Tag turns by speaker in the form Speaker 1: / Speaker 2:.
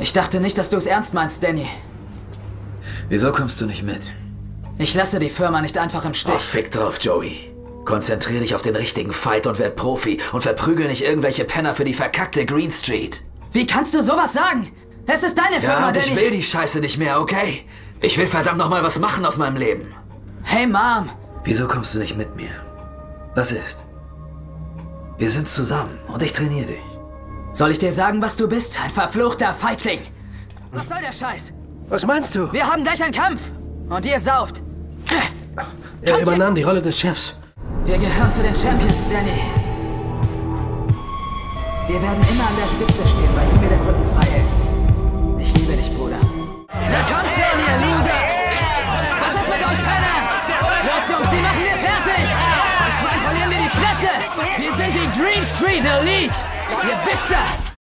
Speaker 1: Ich dachte nicht, dass du es ernst meinst, Danny.
Speaker 2: Wieso kommst du nicht mit?
Speaker 1: Ich lasse die Firma nicht einfach im Stich.
Speaker 2: Oh, fick drauf, Joey. Konzentrier dich auf den richtigen Fight und werd Profi und verprügel nicht irgendwelche Penner für die verkackte Green Street.
Speaker 1: Wie kannst du sowas sagen? Es ist deine
Speaker 2: Ja,
Speaker 1: Firma,
Speaker 2: und
Speaker 1: Danny.
Speaker 2: ich will die Scheiße nicht mehr, okay? Ich will verdammt nochmal was machen aus meinem Leben.
Speaker 1: Hey, Mom.
Speaker 2: Wieso kommst du nicht mit mir? Was ist? Wir sind zusammen und ich trainiere dich.
Speaker 1: Soll ich dir sagen, was du bist? Ein verfluchter Feigling. Was soll der Scheiß?
Speaker 3: Was meinst du?
Speaker 1: Wir haben gleich einen Kampf. Und ihr sauft.
Speaker 3: Er übernahm die Rolle des Chefs.
Speaker 1: Wir gehören zu den Champions, Danny. Wir werden immer an der Spitze stehen, weil du mir den Rücken frei hältst. Ich liebe dich, Bruder. Na komm schon, ihr Loser! Was ist mit euch, Penner? Los, Jungs, die machen wir fertig! Euch Schwein verlieren wir die Fresse! Wir sind die Green Street Elite! Ihr Wichser!